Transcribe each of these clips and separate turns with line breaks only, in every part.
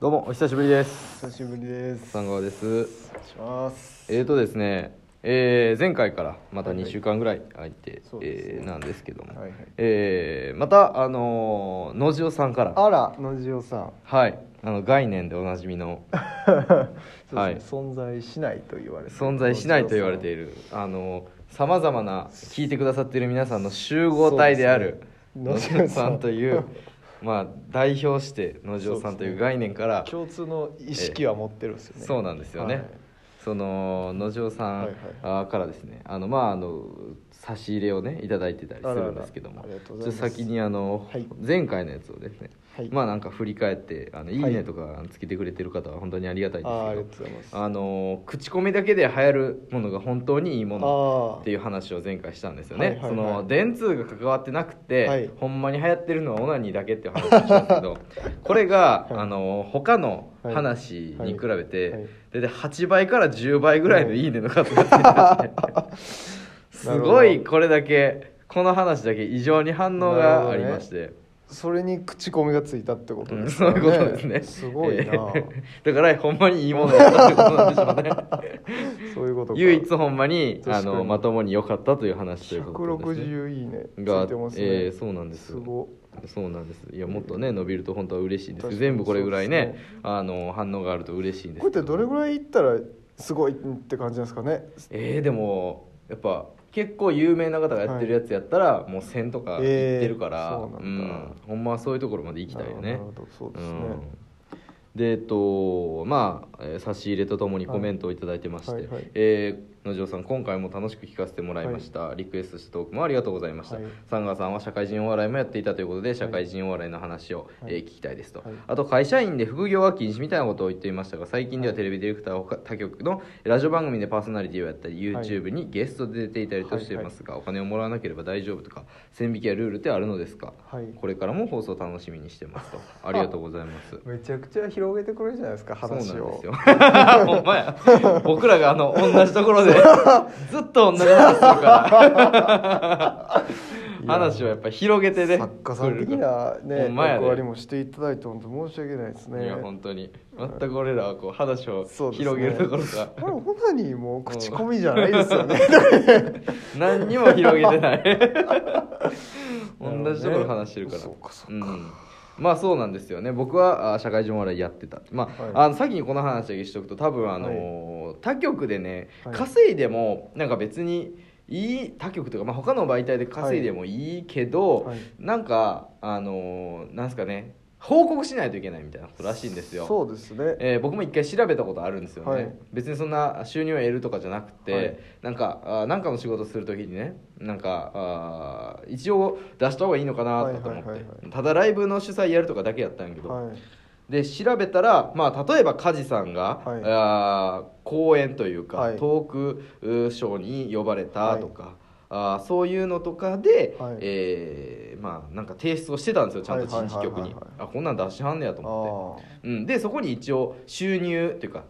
どうもお久しぶりです
久しぶりです。お
三川です
願いします。
えーとですね、えー前回からまた
はい
2週間ぐらい空いて、
そうですね
えーなんですけども、
はいはい
えーまたあのー野次郎さんから
あら、のじおさ ん。
はいあの概念でおなじみ の
そう
はい
ですね存在しないと言われてる
存在しないと言われてい
る。
るあのさまざまな聞いてくださっている皆さんの集合体である
そう
野
です
次
ね
郎さんという まあ代表して野次郎さんとい
そう
う
ですね
概念から
共通の意識は持ってるんですよね。
そうなんですよね、
はい
その野次郎さ
はい
ん
はい
あからですねあのまああの差し入れをね頂いただいてたりするんですけども
あらあらありがとう
ちょ
ご
っ
ざ
と
います
先にあの、
はい
前回のやつをですね、
はい
まあなんか振り返って「あのいい
は
ね」
い
とかつけてくれてる方は本当にありがたいん
あ
ですけど、
ーありがとうございます。
あの口コミだけで流行るものが本当にいいもの
あ
っていう話を前回したんですよ
はい
ね
はいはい
その電通が関わってなくて、
はい
ほんまに流行ってるのはオナニーだけっていう話をしたんですけどこれが、
はい
あの他の話に比べて、
はいはい
大体8倍から10倍ぐらいの「いいね」の数 がついてまして、
はい
すごいこれだけこの話だけ異常に反応がありまして。
それに口コミがついたってこと
うん
です
そう
か
いうことですね。
すごいな。
えー だから、ほんまにいいものだったってことなんでしょうね。
そういうことか。
唯一ほんまに
確か
あ
に
のまともに良かったという話ということです、ね、
160いいね。つ
が
いてますね。
えーそうなんです
すご
そうなんですいやもっとね伸びると本当は嬉しいですけど
確かに
全部これぐらいね
そうです
あの反応があると嬉しいん
い。
で
これ
す
ってどれぐらいいったらすごいって感じなんですかね。
えー、でもやっぱ結構有名な方がやってるやつやったら、もう1000とかいってるから、
えーそうなんだ
うんほんまはそういうところまで行きたいよ
な
ね
るほどなるほどそう
う
ですね。
んでえっとまあえー差し入れとともにコメントを頂いただいてまして、
はいはいはい
えー野城さん今回も楽しく聞かせてもらいました、リクエストしたトークもありがとうございました、
はい
サンガさんは社会人お笑いもやっていたということで社会人お笑いの話を、
はい
えー聞きたいですと、
はい
あと会社員で副業は禁止みたいなことを言っていましたが最近ではテレビディレクター他他局のラジオ番組でパーソナリティをやったり
はい
YouTube にゲストで出ていたりとしていますが、お金をもらわなければ大丈夫とか線引きやルールってあるのですか、
はい
これからも放送楽しみにしてますとありがとうございます
めちゃくちゃ広げてくれるじゃないですか話
そ
を
うなんですよ ほんまや僕らがあの同じとこ ろでずっと同じ話するから話をやっぱ広げてね
作家さん的
来
なね
ほんまやで
役割もしていただいて本当申し訳ないです
るからい
ね
や本当に全く俺らはこう話を
そうですね
広げるところが、
これほなにもう口コミじゃないですよね
何にも広げてない
ほどね
同じところ話してるから
そうかそううか
ん、まあそうなんですよね僕はあ社会人お笑いやってたまあ,、
はい
あの先にこの話だけしとくと多分あのー他局でね
はい
稼いでもなんか別にいい他局とか、まあ、他の媒体で稼いでもいいけど、
はい
なんかあのーなんすかね報告しないといけないみたいなことらしいんですよ
そうですね
えー僕も一回調べたことあるんですよね、
はい
別にそんな収入を得るとかじゃなくて、
はい
なんかあーなんかの仕事する時にねなんかあー一応出した方がいいのかなとかと思って、
はいはいはいは
ただライブの主催やるとかだけやったんやけど、
はい
で調べたら、まあ、例えば梶さんが、
はい
あー公演というか、
はい
トークうーショーに呼ばれたとか、あーそういうのとかで、
はい
えーまあなんか提出をしてたんですよちゃんと人事局
はいはい
に
はいはい
あこんなん出しはんねやと
あ
思って。う
ー
ん、でそこに一応収入というか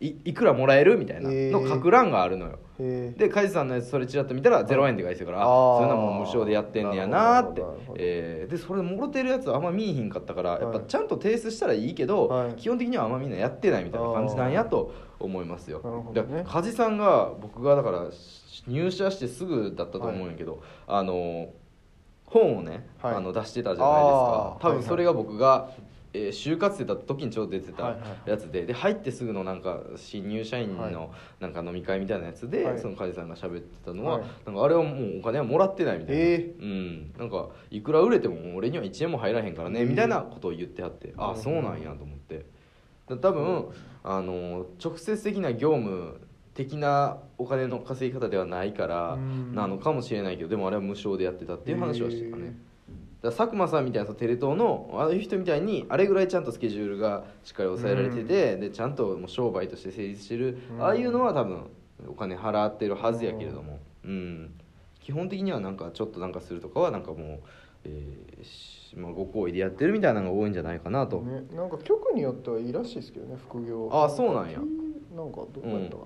いいくらもらえるみたいな
へー
の書く欄があるのよ、
へ
で梶さんのやつそれちらっと見たら0円って書いてたから、あそう
あー
いうのはもう無償でやってんねやなーって
なるほどなるほど
えーでそれもろてるやつはあんま見えひんかったから、
はい
やっぱちゃんと提出したらいいけど、
はい
基本的にはあんまみんなやってないみたいな感じなんやと思いますよ
なるほどね
で梶さんが僕がだから入社してすぐだったと思うんやけど、あの本をね、
はい
あの出してたじゃないですか
あー
多分それが僕が、えー就活生だった時にちょうど出て
はい
た
はい
やつで,、で入ってすぐのなんか新入社員
はい
のなんか飲み会みたいなやつで、
はい
その梶さんが喋ってたのは、
はい
なんかあれはもうお金はもらってないみたいな、
え
うん、なんかいくら売れても俺には1円も入らへんからね
えー
みたいなことを言ってはってあ
う
あ
ん
そうなんやと思ってだ多分あの直接的な業務的なお金の稼ぎ方ではないから
うん
なのかもしれないけどでもあれは無償でやってたっていう話はしてた
へ
ね
ー
だから佐久間さんみたいなそのテレ東のああいう人みたいにあれぐらいちゃんとスケジュールがしっかり抑えられてて、でちゃんともう商売として成立してる、
うん
ああいうのは多分お金払ってるはずやけれども、うん、基本的にはなんかちょっとなんかするとかはなんかもう、えーしまあ、ご好意でやってるみたいなのが多いんじゃないかなと、
ねなんか局によってはいいらしいですけどね副業
ああそうなんや
なんかどこやったか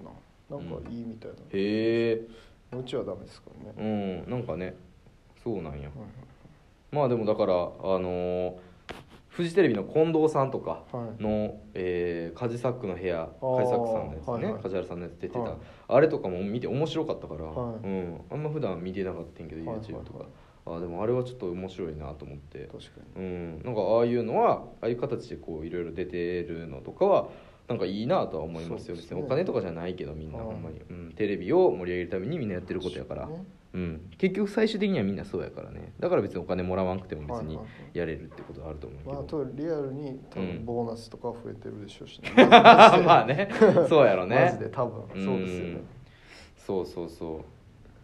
な、
うん
なんかいいみたいな、
へえ
うちはダメですからね、
うんなんかねそうなんや
はいはい
まあでもだからあのーフジテレビの近藤さんとか
はい
の、えーカジサックの部屋
あー
カジサックさんのやつね、
はいはい
梶原さんのやつ出てた、
はい
あれとかも見て面白かったから、
はい
うん、あんま普段見てなかったんやけど、
はいはい
YouTube とか、
はい
あでもあれはちょっと面白いなと思って、
確か
う
に
ん、なんかああいうのはああいう形でこういろいろ出てるのとかはなんかいいなとは思います
そ
よ
うです
別
ね
にお金とかじゃないけどみんな
はい
ほんまに、うん、テレビを盛り上げるためにみんなやってることやから、
ね
うん、結局最終的にはみんなそうやからねだから別にお金もらわんくても別に
はいはい
やれるってことはあると思うけど、
まあ、あとリアルに多
うん
分ボーナスとか増えてるでしょう し、ね
まあ ねそうやろね
マジで多分そうですよね
んそうそうそう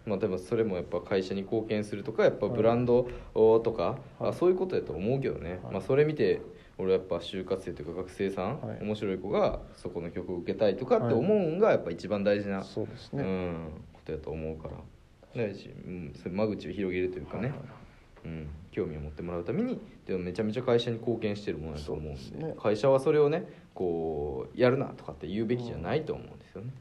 まあでもそれもやっぱ会社に貢献するとかやっぱ
はい
ブランドとか、
はい
あそういうことやと思うけどね、
はい
まあ、それ見て俺はやっぱ就活生というか学生さん、
はい
面白い子がそこの曲を受けたいとかって思うんがやっぱ一番大事な、
そうです
う
ね、
ん、ことやと思うから大事、うん、それ間口を広げるというかね、
はいはい
うん、興味を持ってもらうためにでもめちゃめちゃ会社に貢献してるものだと思うんで
そうですね
会社はそれをねこうやるなとかって言うべきじゃないと思うんですよね。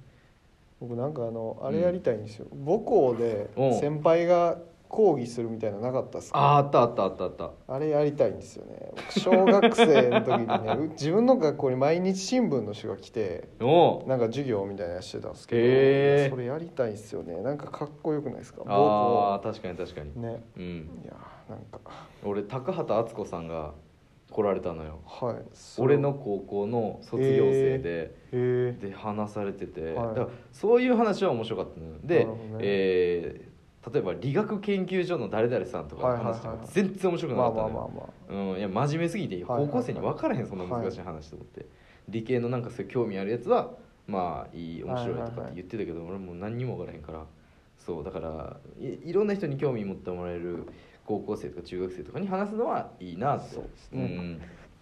僕なんかあのあれやりたいんですよ、母校で
うん
先輩が講義するみたいなのなかったっすか
ああーあったあったあったあった
あれやりたいんですよね僕小学生の時 にねう自分の学校に毎日新聞の人が来て
おう
なんか授業みたいなのしてたんですけど、
へー
それやりたいっすよねなんかかっこよくないですか
あ
母
ー確かに確かに
校、ね
うん、
いやーなんか
俺高畑敦子さんが来られたのよ
はいそう
俺の高校の卒業生で、
へえ
で話されてて、
はい
だからそういう話は面白かったのよ
な
で、
るほどね
えー例えば理学研究所の誰々さんとかの話と
はいはい
か
はい
全然面白くな
ま
か
あ
ったの
ま
よ、
あまあまあ
うん、いや真面目すぎて
はいはい
高
はい
校生に分からへんそんな難しい話と思って、理系のなんかそういう興味あるやつはまあいい面白いとかって言ってたけど、俺もう何にも分からへんからそうだからいいろんな人に興味持ってもらえる高校生とか中学生とかに話すのはいいなって
そうですね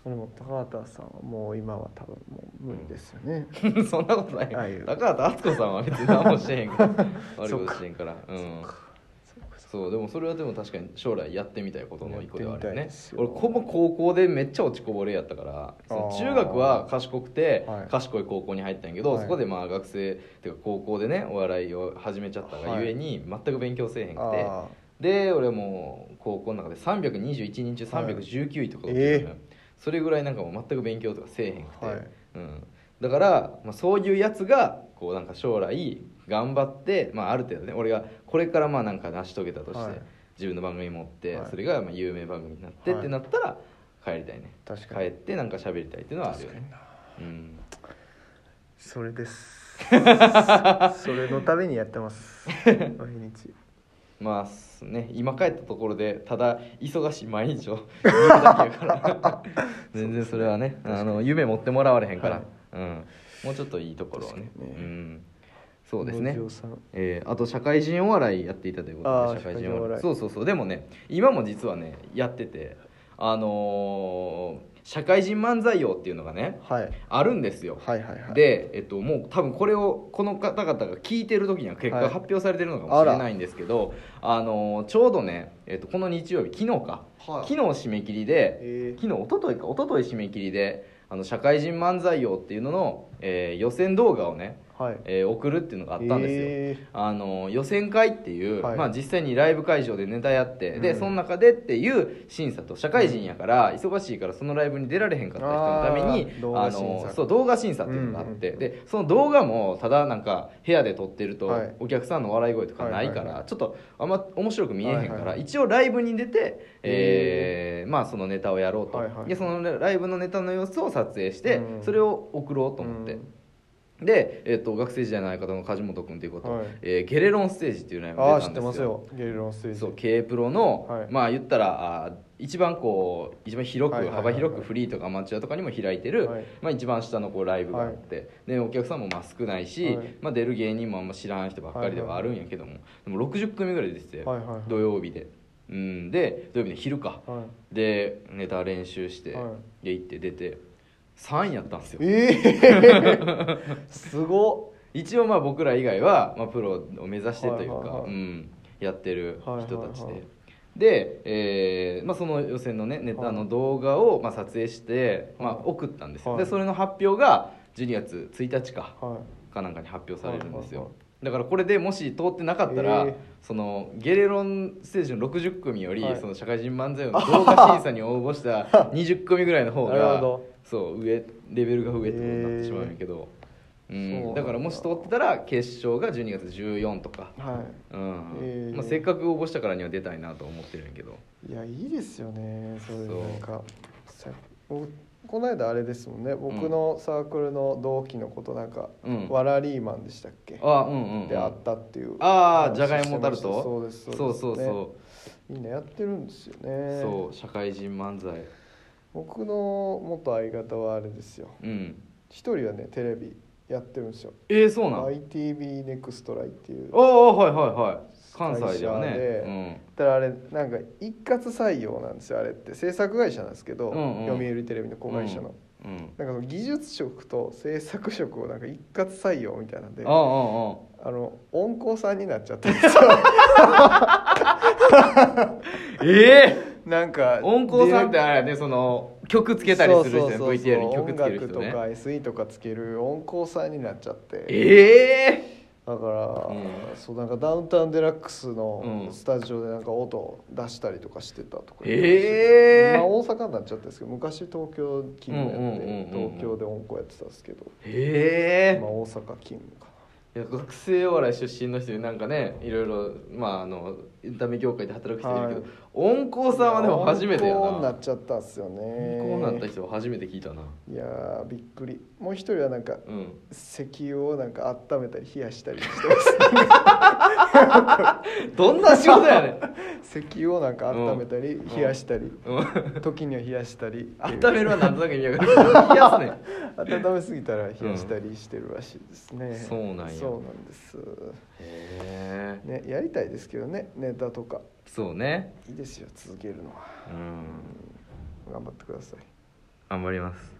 でも高畑さんはもう今は多分もう無理ですよね、
うん、 そんなことな
ああ
い
いう
高畑敦子さんは別に何もしてへんから悪い
そ
こ
っ
と
か
してへんからうん
そうか
そうでもそれはでも確かに将来やってみたいことの一個ではあるよ
やってみた
ね
いですよ
俺この高校でめっちゃ落ちこぼれやったからその
あー
中学は賢くて
はい
賢い高校に入ったんやけど、
はい
そこでまあ学生っていうか高校でねお笑いを始めちゃったがゆえに全く勉強せえへんくて、
あ
で俺もう高校の中で321人中319位とかだったのよ
ええ
それぐらいなんかもう全く勉強とかせえへんくて、
はい
うん、だから、まあ、そういうやつがこうなんか将来頑張って、まあ、ある程度ね俺がこれからまあなんか成し遂げたとして、
はい
自分の番組持って、
はい
それがまあ有名番組になって、
はい
ってなったら帰りたいね
確
帰
かに
ってなんか喋りたいっていうのはあるよ
確かに
ね
な
うん
それです それのためにやってます毎日
まあすね今帰ったところでただ忙しい毎日を 言うだけやから全然それはねあの夢持ってもらわれへんから、
はい
うん、もうちょっといいところをね
確かにね
うん、そうですね
農場さん
えーあと社会人お笑いやっていたということ
あ
で
ー
社会人お
社会人お
笑
笑
い
い
そうそうそうでもね今も実はねやっててあのー社会人漫才王っていうのがね
はい
あるんですよ、
はいはいはい
で、えっと、もう多分これをこの方々が聞いてる時には結果
はい
発表されてるのかもしれないんですけど、あのーちょうどね、えっと、この日曜日昨日か、
はい
昨日締め切りで、
えー
昨日一昨日か一昨日締め切りであの社会人漫才王っていうのの、えー予選動画をね、
はい
えー送るっていうのがあったんですよ、
え
あの予選会っていう、
はい
まあ、実際にライブ会場でネタやって、で
うん
その中でっていう審査と社会人やから、忙しいからそのライブに出られへんかった人のために
あー動画審査
のそう動画審査っていうのがあって、
うんうん
でその動画もただなんか部屋で撮ってると、
はい
お客さんの笑い声とかないから、
はいはいは
ちょっとあんま面白く見えへんから、
はいはい
一応ライブに出て、えーまあ、そのネタをやろうと、
はいはい
でそのライブのネタの様子を撮影して、
うん
それを送ろうと思って。
うん
で、えっと学生時代の相方の梶本君ということ、
はい
えーゲレロンステージっていうライブ
あ
を
あ
出
知
た
っ
ん
て
ですよ
ますよゲリロンステージ
そう K プロの、
はい
まあ言ったらあー一番こう一番広
はい
く
はいはい
幅広くフリーとかアマチュアとかにも開いてる、
はい
まあ、一番下のこうライブがあって、でお客さんもまあ少ないし、
はい
まあ、出る芸人もあんま知らん人ばっかりではあるんやけども、でも60組ぐらい出てて、
はいはいはい
土曜日で、うん、で土曜日の昼か、
はい
でネタ練習して、
は
で行って出て3位やったんですよ
ええ すご
一応まあ僕ら以外は、まあ、プロを目指してというか、
はいはいはい
うん、やってる人たちで、
はいはいはい
で、えーまあ、その予選のねネタの動画をまあ撮影して、
はい
まあ、送ったんですよ、
はい
でそれの発表が12月1日か
は
かなんかに発表されるんですよ、
はい
だからこれでもし通ってなかったら、
えー
そのゲレロンステージの60組より、
はい
その社会人漫才の動画審査に応募した 20組ぐらいの方
なる
が
ほど
そう上レベルが上ってことになってしまうんやけど、
そう
う、
なんん
だ
だ
からもし通ってたら決勝が12月14とか、
は
うん
えー
まあ、せっかく応募したからには出たいなと思ってるんやけど
いいやいいですよねそういう
そう
なんかさ僕この間あれですもんね僕のサークルの同期のことなんか、
うん
ワラリーマンでしたっけ
あうんうん、うん、
であったっていう
ああ
話
じゃがいもタル
してましたそう
ト
です
そうそう
です
そ
ねみんなやってるんですよ
う、
ね
そう社会人漫才
僕の元相方はあれですよ
うん
一人はねテレビやってるんですよ
えー、そうなん
ITV ネクストライっていう
おおはいはいはい関西では
会
ね
社でたらあれなんか一括採用なんですよあれって制作会社なんですけど、
うんうん
読売テレビの子会社の、
うんうん
なんかその技術職と制作職をなんか一括採用みたいなんで
ああああ
あの温厚さんになっちゃった んですよ
え
なんか
え音工さんってあれやねその曲つけたりする人
そうそう
ね
そうそう
VTR に曲つける人
音
ね
楽とか SE とかつける温厚さんになっちゃって
え
だから、
うん
そうなんかダウンタウンデラックスの
うん
スタジオでなんか音を出したりとかしてたとか、
ええ
今大阪になっちゃったんですけど昔東京勤務やって、
うんうんうんうん
東京で音工やってたんですけど、
ええ
今大阪勤務か
えいや学生お笑い出身の人でなんかねいろいろまああのエンタメ業界で働く人いるけど、
はい
音工
な
さんはでも初めてやな
温厚にな
音
っちゃったんですよね
工になった人は初めて聞いたない
やーびっくりもう一人はなんか
うん
石油をなんか温めたり冷やしたりして ま
どんな仕事やねん
す石油をなんか温めたり
ん
冷やしたり
うん
時には冷やしたりっていう
温めるはなんとなく意味わかるけど冷やすねん
温めすぎたら冷やしたりしてるらしいですね、
そうなんや
そうなんです
へえ
ねやりたいですけどねネタとか
そうね
いいですよ続けるのは
うん
頑張ってください
頑張ります